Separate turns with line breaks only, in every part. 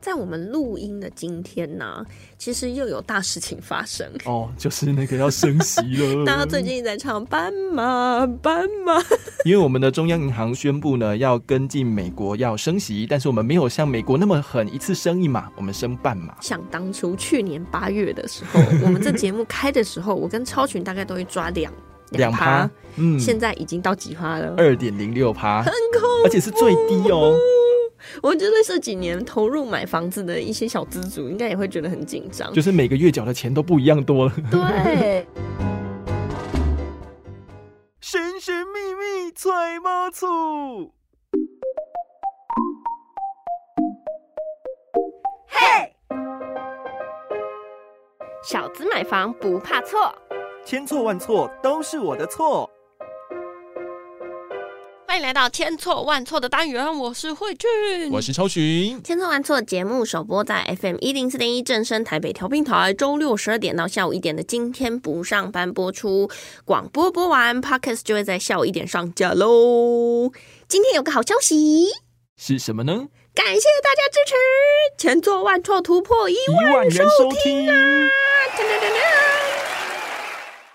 在我们录音的今天呢、其实又有大事情发生。
哦，就是那个要升息 了。
大家最近一直在唱《斑马，斑马》，
因为我们的中央银行宣布呢，要跟进美国要升息，但是我们没有像美国那么狠，一次升一码，我们升半码。
想当初去年八月的 时候，我们这节目开的时候，我跟超群大概都会抓两
两趴，嗯，
现在已经到几趴了？
二点零六趴，很而且是最低哦。
我觉得这几年投入买房子的一些小资族，应该也会觉得很紧张。
就是每个月缴的钱都不一样多了。
对，
神神秘秘揣猫醋。
小资买房不怕错。
千错万错都是我的错。
欢迎来到千错万错的单元，我是慧俊，
我是超群，
千错万错节目首播在 FM 一零四点一正声台北调频台，周六十二点到下午一点的今天不上班播出。广播播完，Podcast 就会在下午一点上架喽。今天有个好消息，
是什么呢？
感谢大家支持，千错万错突破一
一万人收听，
啊噔噔噔噔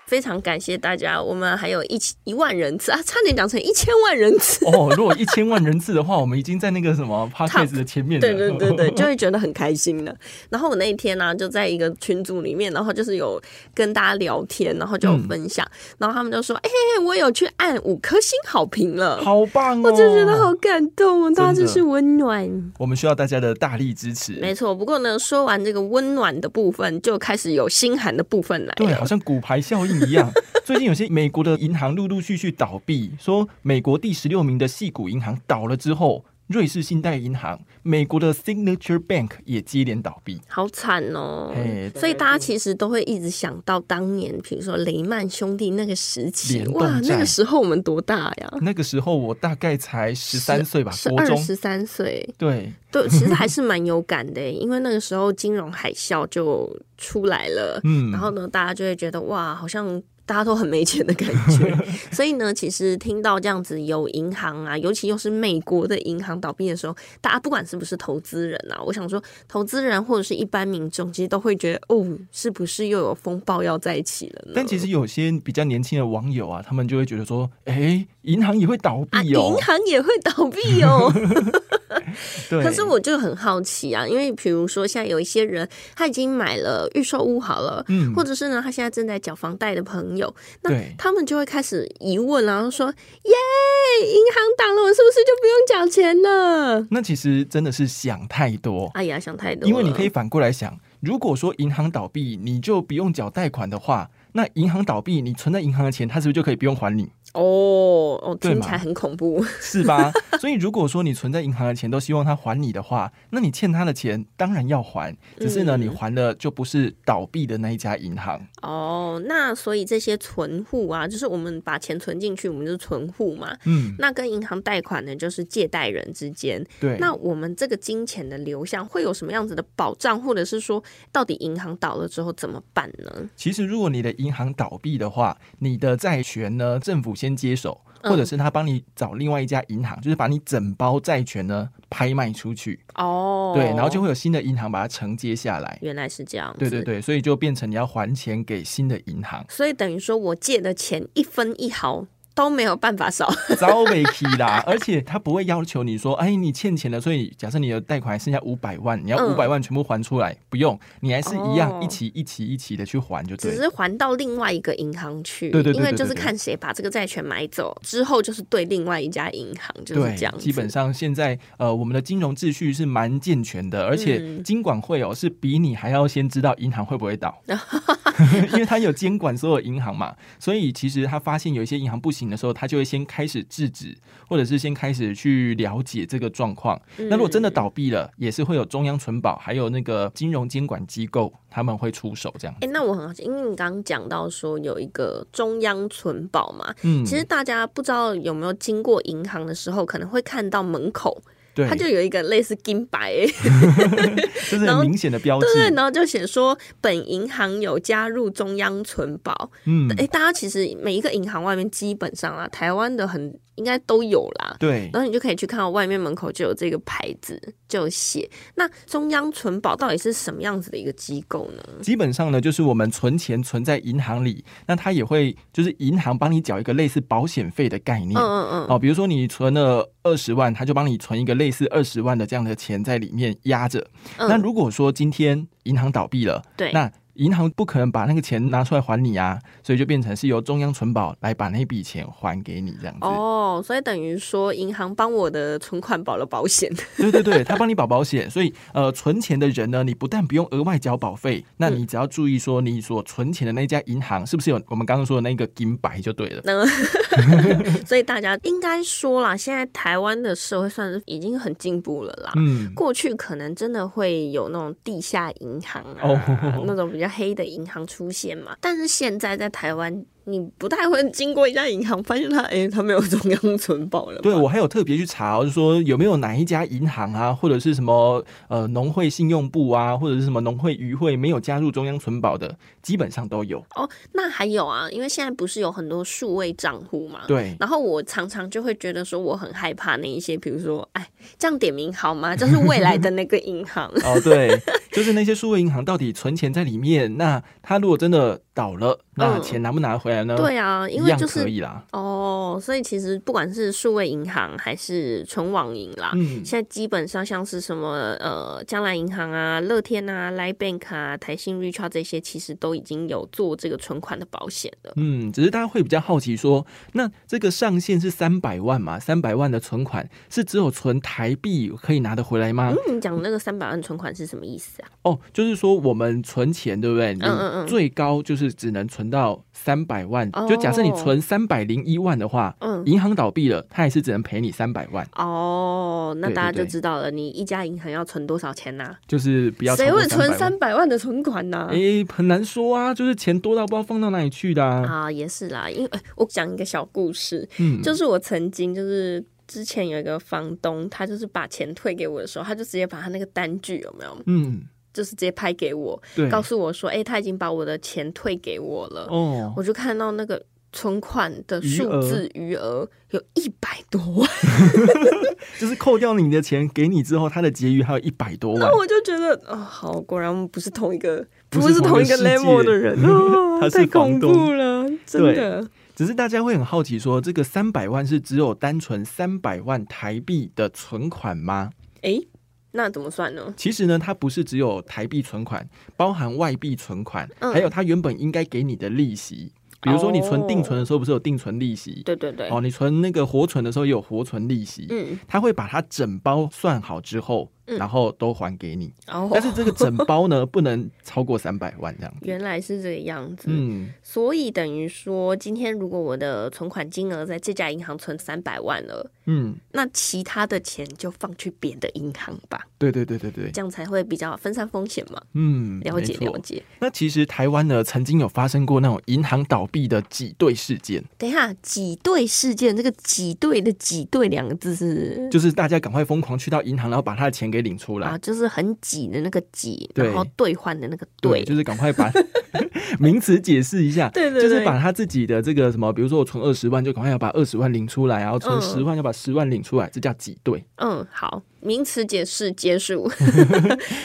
非常感谢大家，我们还有一起一万人次啊，差点讲成一千万人次。
哦！如果一千万人次的话，我们已经在那个什么 p o d c a s 的前面了。
对对对 对，就会觉得很开心的。然后我那一天呢、就在一个群组里面，然后就是有跟大家聊天，然后就有分享，
嗯
然后他们就说：“哎、我有去按五颗星好评了。”
好棒哦！
我就觉得好，感动哦，大家
真
真
的
是温暖。
我们需要大家的大力支持。
没错，不过呢，说完这个温暖的部分，就开始有心寒的部分来
对，
了
好。像骨牌效应一样。 最近有些美国的银行陆陆续续倒闭，说美国第十六名的系股银行倒了之后，瑞士信贷银行、美国的 Signature Bank 也接连倒闭。
好惨哦
嘿！
所以大家其实都会一直想到当年，比如说雷曼兄弟那个时期，
联动
哇，那
债
个时候我们多大呀？
那个时候我大概才十三岁吧，
是
国
二
中。
十三岁，
对，
对，其实还是蛮有感的耶，欸因为那个时候金融海啸就出来了，
嗯
然后呢，大家就会觉得哇，好像。大家都很没钱的感觉，所以呢，其实听到这样子有银行啊，尤其又是美国的银行倒闭的时候，大家不管是不是投资人啊，我想说，投资人或者是一般民众，其实都会觉得哦，是不是又有风暴要在一起了呢？
嗯但其实有些比较年轻的网友啊，他们就会觉得说，哎，银行也会倒
啊，
闭
银
哦。
行也会倒闭哦。
对，
可是我就很好奇啊，因为比如说现在有一些人他已经买了预售屋好了，
嗯
或者是呢他现在正在缴房贷的朋友，那
对
他们就会开始疑问啊，然后说耶，银行倒了，我是不是就不用缴钱了？
那其实真的是想太多，
哎呀，想太多了，
因为你可以反过来想，如果说银行倒闭，你就不用缴贷款的话，那银行倒闭，你存在银行的钱，它是不是就可以不用还你？
哦哦，
对
听
嘛
起来很恐怖，
是 吧？所以如果说你存在银行的钱都希望它还你的话，那你欠它的钱当然要还，只是呢，
嗯
你还的就不是倒闭的那一家银行。
哦，那所以这些存户啊，就是我们把钱存进去，我们就是存户嘛。
嗯，
那跟银行贷款呢，就是借贷人之间，
对。
那我们这个金钱的流向会有什么样子的保障，或者是说，到底银行倒了之后怎么办呢？
其实如果你的银行倒闭的话，你的债权呢，政府先接手，
嗯
或者是他帮你找另外一家银行，就是把你整包债权呢拍卖出去，
哦
对，然后就会有新的银行把它承接下来。
原来是这样子，，
对对。对，所以就变成你要还钱给新的银行
所以等于说我借的钱一分一毫都没有办法少，
糟尾期啦。而且他不会要求你说，哎，你欠钱了，所以假设你的贷款还剩下五百万，你要
嗯
五百万全部还出来，不用，你还是一
哦
样一期一期一期的去还就
只
对。
是还到另外一个银行去。
对对对
因为
对
就是
对
看谁把这个债权买走之后，就是对另外一家银行就是
对
这样，子。
基本上现在呃，我们的金融秩序是蛮健全的，而且
嗯
金管会哦是比你还要先知道银行会不 会倒，因为它有监管所有银行嘛，所以其实他发现有一些银行不行的时候，他就会先开始制止，或者是先开始去了解这个状况。
嗯
那如果真的倒闭了，也是会有中央存保还有那个金融监管机构他们会出手这样。
哎、那我很好奇，因为你刚刚讲到说有一个中央存保嘛，
嗯，
其实大家不知道有没有经过银行的时候，可能会看到门口
对
它，就有一个类似金白、
这是
然后
很明显的标志
对。对，然后就写说本银行有加入中央存保。
嗯
哎、，大家其实每一个银行外面基本上啊，台湾的很应该都有啦。
对，
然后你就可以去看到外面门口就有这个牌子，就有写。那中央存保到底是什么样子的一个机构呢？
基本上呢，就是我们存钱存在银行里，那它也会就是银行帮你缴一个类似保险费的概念。
嗯嗯嗯，
哦，比如说你存了二十万，它就帮你存一个类似二十万的这样的钱在里面压着。
嗯
哦那如果说今天银行倒闭了，
对，
那银行不可能把那个钱拿出来还你啊，所以就变成是由中央存保来把那笔钱还给你这样子。
哦，所以等于说银行帮我的存款保了保险。
对对对，他帮你保保险，所以呃，存钱的人呢，你不但不用额外交保费，那你只要注意说你所存钱的那家银行是不是有我们刚刚说的那个金白就对了。
那 所以大家应该说啦，现在台湾的社会算是已经很进步了啦。
嗯，
过去可能真的会有那种地下银行啊
哦
那种比较黑的银行出现嘛。但是现在在台湾，你不太会经过一家银行，发现它诶，它没有中央存保了。
对，我还有特别去查、哦，就是说有没有哪一家银行啊，或者是什么呃农会信用部啊，或者是什么农会渔会没有加入中央存保的，基本上都有。
哦，那还有啊，因为现在不是有很多数位账户嘛。。
对，
然后我常常就会觉得说，我很害怕那一些，比如说，哎，这样点名好吗？就是未来的那个银 行。
哦，对，就是那些数位银行到底存钱在里面？那他如果真的倒了，那
嗯
钱拿不拿得回来呢？
对啊，因
一
为
样
就是
可以啦。
哦，所以其实不管是数位银行还是纯网银啦，
嗯
现在基本上像是什么呃江南银行啊、乐天啊、Line Bank 啊、台新 Recharge 这些，其实都已经有做这个存款的保险了。
嗯，只是大家会比较好奇说，那这个上限是三百万嘛？三百万的存款是只有存台币可以拿得回来吗？
嗯，你讲那个三百万存款是什么意思啊？
哦，就是说我们存钱，对不对？你
嗯嗯
最高就是只能存到三百万，
哦
就假设你存三百零一万的话，
嗯，
银行倒闭了，它也是只能赔你三百万，
哦，那
对
大家
对
就
对
知道了，你一家银行要存多少钱呐、
就是不要超
谁
过
会存
300万？
三百万哎的存款呢、
诶，很难说啊，就是钱多到不知道放到哪里去的、啊。
啊，也是啦，因为哎我讲一个小故事，
嗯，
就是我曾经就是之前有一个房东，他就是把钱退给我的时候，他就直接把他那个单据有没有，
嗯，
就是直接拍给我，
对，
告诉我说，哎、他已经把我的钱退给我了。
哦，
我就看到那个存款的
余
数
额
字余额有一百多万，
就是扣掉你的钱给你之后，它的结余还有一百多万
那。 我就觉得，哦，好，果然我们不是同一个，
不是
是
同
同
一
一个
个世界
level 的 人，哦
他是
太
房
恐
东
怖了，真的。
只是大家会很好奇说，这个三百万是只有单纯三百万台币的存款吗？
哎、那怎么算呢？
其实呢，它不是只有台币存款，包含外币存款，
嗯
还有它原本应该给你的利息。比如说，你存
哦
定存的时候，不是有定存利息？
对对对，
哦，你存那个活存的时候，也有活存利息。
嗯，
它会把它整包算好之后，
嗯哦
然后都还给你。
然后
但是这个整包呢，不能超过三百万这 样子。
原来是这个样子，
嗯，
所以等于说，今天如果我的存款金额在这家银行存三百万了，
嗯，
那其他的钱就放去别的银行吧，
对对对对对，
这样才会比较分散风险嘛。
嗯，
了解
没错
了解。
那其实台湾呢，曾经有发生过那种银行倒闭的挤兑事件，
等一下，挤兑事件，这个挤兑的挤兑两个字是
就是大家赶快疯狂去到银行，然后把他的钱给领出来。
啊，就是很挤的那个挤，
对
然后兑换的那个
对，
兑，
就是赶 快把名词解释一下。
对对
就是
对
把他自己的这个什么，比如说我存二十万，就赶快要把二十万领出来，然后存
嗯
十万要把十万领出来，这叫挤兑。
嗯，好，名词解释结 束。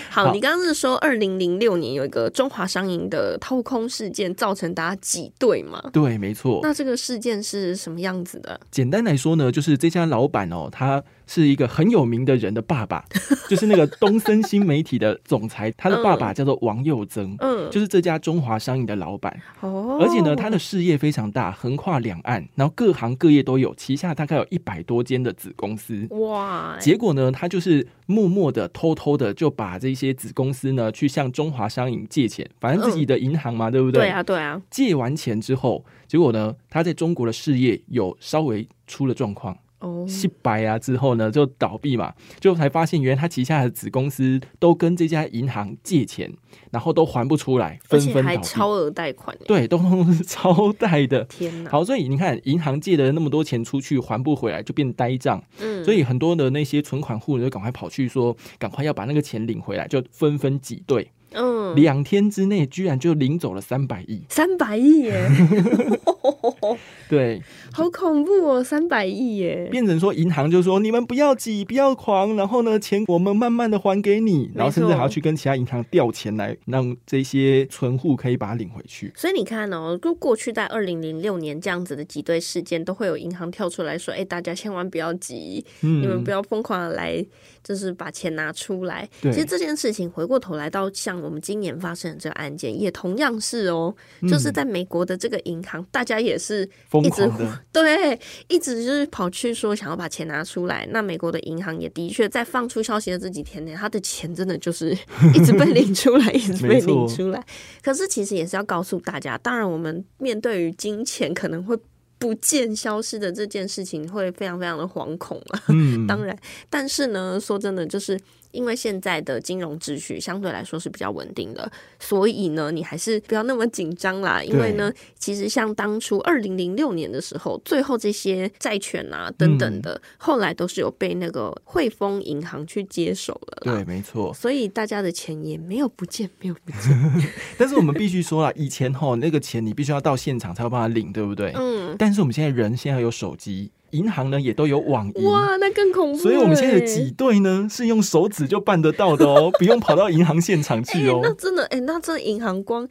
好，
好
你刚刚是说二零零六年有一个中华商银的掏空事件，造成大家挤兑吗？
对，没错。
那这个事件是什么样子的？
简单来说呢，就是这家老板哦，他是一个很有名的人的 爸爸，就是那个东森新媒体的总裁，他的爸爸叫做王佑增，
嗯，
就是这家中华商银的老板。
哦，
而且呢，他的事业非常大，横跨两岸，然后各行各业都有，旗下大概有一百多间的子公司。
哇，
结果呢，他就是默默的、偷偷的就把这些子公司呢去向中华商银借钱，反正自己的银行嘛，对不对？
对啊，对啊，
借完钱之后，结果呢，他在中国的事业有稍微出了状况，
哦，
洗白啊之后呢就倒闭嘛，就才发现原来他旗下的子公司都跟这家银行借钱，然后都还不出来，
而
纷
且
纷
还
倒闭。
超额贷款耶，
对，都通通是 超贷的。
天哪，
好，所以你看，银行借了那么多钱出去还不回来，就变呆账。
嗯，
所以很多的那些存款户呢，就赶快跑去说，赶快要把那个钱领回来，就纷纷挤兑。
嗯，
两天之内，居然就领走了三百亿。
三百亿耶，
对，
好恐怖哦，三百亿耶！
变成说银行就说你们不要急，不要狂，然后呢，钱我们慢慢的还给你，然后甚至还要去跟其他银行调钱来让这些存户可以把它领回去。
所以你看哦，就过去在二零零六年这样子的挤兑事件，都会有银行跳出来说：“哎、大家千万不要急，
嗯，
你们不要疯狂的来，就是把钱拿出来。”
对
其实这件事情回过头来到像我们今年发生的这个案件，也同样是哦，就是
嗯
在美国的这个银行，大家也是
疯
一直
狂的，
对，一直就是跑去说想要把钱拿出来。那美国的银行也的确在放出消息的这几天内，他的钱真的就是 一直被领出来，一直被
没错
领出来。可是其实也是要告诉大家，当然我们面对于金钱可能会。不见消失的这件事情会非常非常的惶恐啊，
嗯，
当然，但是呢，说真的，就是因为现在的金融秩序相对来说是比较稳定的，所以呢，你还是不要那么紧张啦。因为呢，其实像当初二零零六年的时候，最后这些债权啊等
嗯
等的，后来都是有被那个汇丰银行去接手了啦。
对，没错。
所以大家的钱也没有不见，没有不 见。
但是我们必须说啦，以前吼那个钱你必须要到现场才有办法领，对不对？
嗯，
但是我们现在人现在有手机，银行呢也都有网银。
哇，那更恐怖欸。
所以，我们现在的挤兑呢，是用手指就办得到的哦，不用跑到银行现场去哦。
那真的， 哎、那真的银行光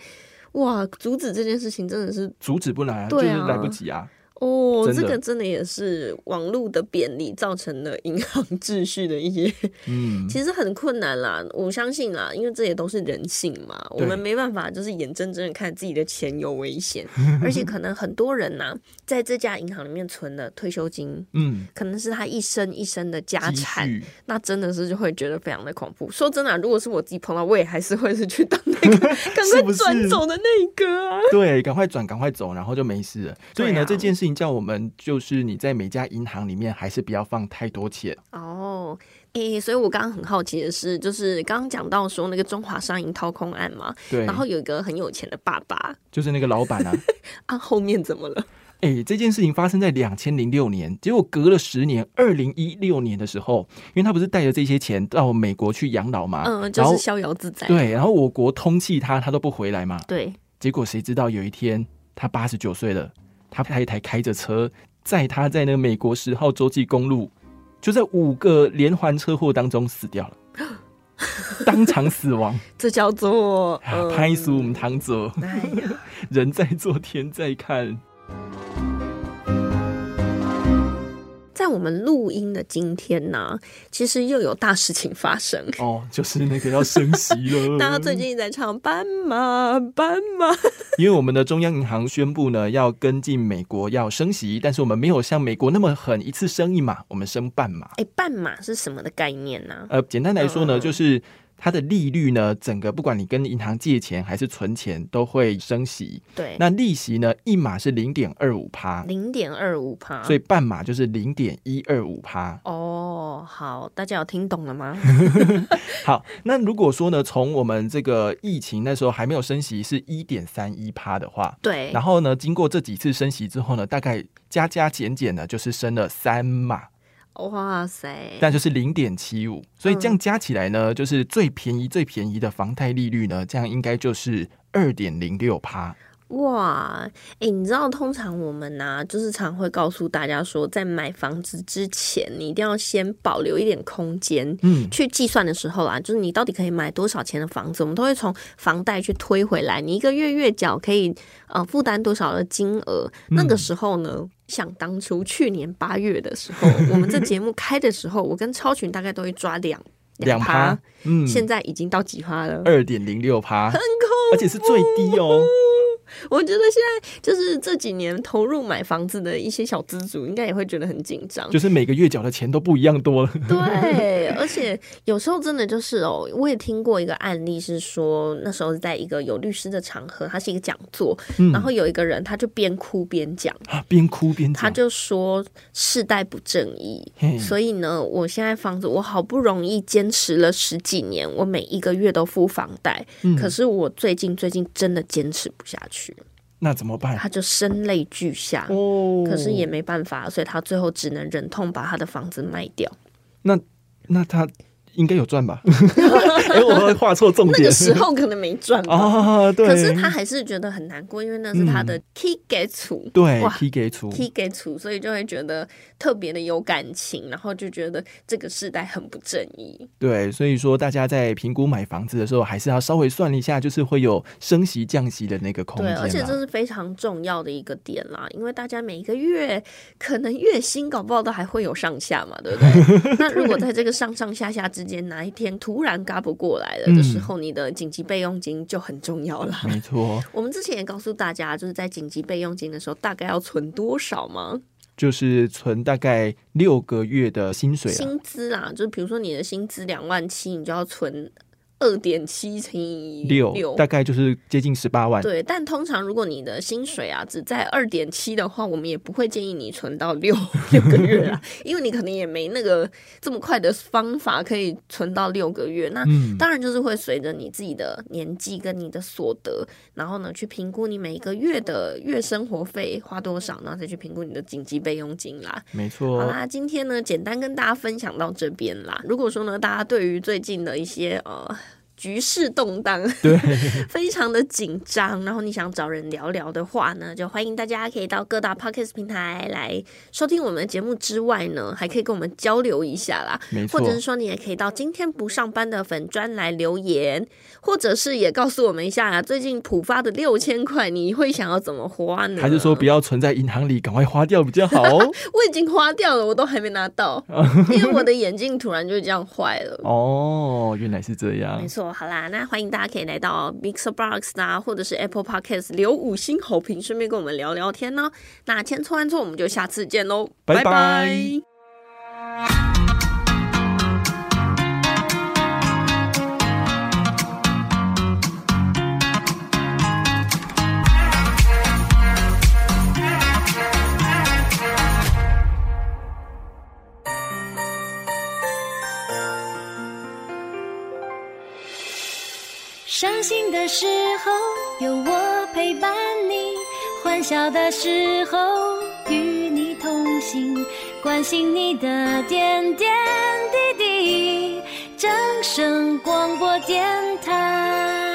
哇，阻止这件事情真的是
阻止不来、啊，就
对
是
啊
来不及啊。
哦，
真
这
的
个真的也是网络的便利造成了银行秩序的一些，
嗯，
其实很困难啦。我相信啦，因为这也都是人性嘛，我
对
们没办法就是眼睁睁的看自己的钱有危 险，而且可能很多人呐、在这家银行里面存的退休金。
嗯，
可能是他一生一生的家
积
产，
蓄
那真的是就会觉得非常的恐怖。说真的啊、如果是我自己碰到，我也还是会是去当那 个赶
是
快
不是
转走的那一个啊。
对，赶快转，赶快走，然后就没事了。所以
对
呢，
啊
这件事情叫我们就是你在每家银行里面还是不要放太多钱。
哦，诶、所以我刚刚很好奇的是，就是刚刚讲到说那个中华商银掏空案嘛，
对，
然后有一个很有钱的爸爸
就是那个老板啊，
啊，后面怎么了？
哎、这件事情发生在两千零六年，结果隔了十年，二零一六年的时候，因为他不是带着这些钱到美国去养老嘛，
嗯，
啊然
就
后
是逍遥自在。
对，然后我国通缉他，他都不回来嘛。
对
结果谁知道有一天他八十九岁了，他太太开着车载他在那个美国十号洲际公路，就在五个连环车祸当中死掉了， 当场 死亡。
这叫做
啊
呃，
拍死我们堂者，
哎呀，
人在做天在看。
在我们录音的今天呢，其实又有大事情发生。
哦，就是那个要升息 了。
大家最近一直在唱《斑马，斑马》，
因为我们的中央银行宣布呢，要跟进美国要升息，但是我们没有像美国那么狠，一次升一码，我们升半码。
哎，半马是什么的概念呢、
呃，简单来说
嗯
呢，
嗯
就是它的利率呢，整个不管你跟银行借钱还是存钱，都会升息。
对，
那利息呢，一码是零点二五趴，
零点二五帕。
所以半码就是零点一二五趴。
哦，好，大家有听懂了 吗？
好，那如果说呢，从我们这个疫情那时候还没有升息是一点三一趴的话，
对
然，后呢，经过这几次升息之后呢，大概加加减减呢，就是升了三码，
哇塞，
但就是零点七五，所以这样
嗯
加起来呢，就是最便宜最便宜的房贷利率呢，这样应该就是二点零六趴。
哇，哎、你知道，通常我们呐、就是常会告诉大家说，在买房子之前，你一定要先保留一点空间。
嗯，
去计算的时候啊，就是你到底可以买多少钱的房子，我们都会从房贷去推回来，你一个月月缴可以呃负担多少的金额。那
嗯
个时候呢，想当初去年八月的时候，我们这节目开的时候，我跟超群大概都会抓两
两趴，，嗯，
现在已经到几趴了？
二点零六趴，很而且是最低哦。
我觉得现在就是这几年投入买房子的一些小资主，应该也会觉得很紧张。
就是每个月缴的钱都不一样多了。
对，而且有时候真的就是哦，我也听过一个案例是说，那时候在一个有律师的场合，他是一个讲座，
嗯
然后有一个人他就边哭边讲，
啊，边哭边
他
讲，
就说世代不正义，
嘿
所以呢，我现在房子我好不容易坚持了十几年，我每一个月都付房贷，
嗯
可是我最近最近真的坚持不下去，
那怎么办？
他就声泪俱下。
哦
可是也没办法，所以他最后只能忍痛把他的房子卖掉。
那那他应该有赚 吧？哎、我画错重
那
点
个时候可能没赚吧。
啊，对，嗯
可是他还是觉得很难过，因为那是他的 key 给处，
对
哇
T 给出
key 给处，所以就会觉得特别的有感情，然后就觉得这个世代很不正义。
对，所以说大家在评估买房子的时候，还是要稍微算一下，就是会有升息降息的那个空
对，
间
而且
啦
这是非常重要的一个点啦，因为大家每个月可能月薪搞不好都还会有上下嘛，对不 对？那如果在这个上上下下之间，哪一天突然嘎不过来了的时
嗯
候，你的紧急备用金就很重要啦。
没错，
我们之前也告诉大家，就是在紧急备用金的时候，大概要存多少吗？
就是存大概六个月的薪水啊，
薪资啦，就是比如说你的薪资两万七，你就要存二点七乘以
六，大概就是接近十八万。
对，但通常如果你的薪水啊只在二点七的话，我们也不会建议你存到六 六个月啦，因为你可能也没那个这么快的方法可以存到六个月。那
嗯，
当然就是会随着你自己的年纪跟你的所得，然后呢去评估你每个月的月生活费花多少，然后再去评估你的紧急备用金啦。
没
好
错，
啦，今天呢，简单跟大家分享到这边啦。如果说呢，大家对于最近的一些呃。局势动荡，
对，
非常的紧张。然后你想找人聊聊的话呢，就欢迎大家可以到各大 podcast 平台来收听我们的节目之外呢，还可以跟我们交流一下啦。
没错
或，者是说你也可以到今天不上班的粉专来留言，或者是也告诉我们一下啊，最近浦发的六千块，你会想要怎么花呢？
还是说不要存在银行里，赶快花掉比较 好哦。
我已经花掉了，我都还没拿 到，因为我的眼镜突然就这样坏了。
哦，原来是这
没
样，
错，好啦，那欢迎大家可以来到 Mixer Box 啊，或者是 Apple Podcast 留五星好评，顺便跟我们聊聊天呢。那千错万错，我们就下次见喽，
拜
拜拜
拜
伤心的时候有我陪伴你，欢笑的时候与你同行，关心你的点点滴滴。掌声广播电台。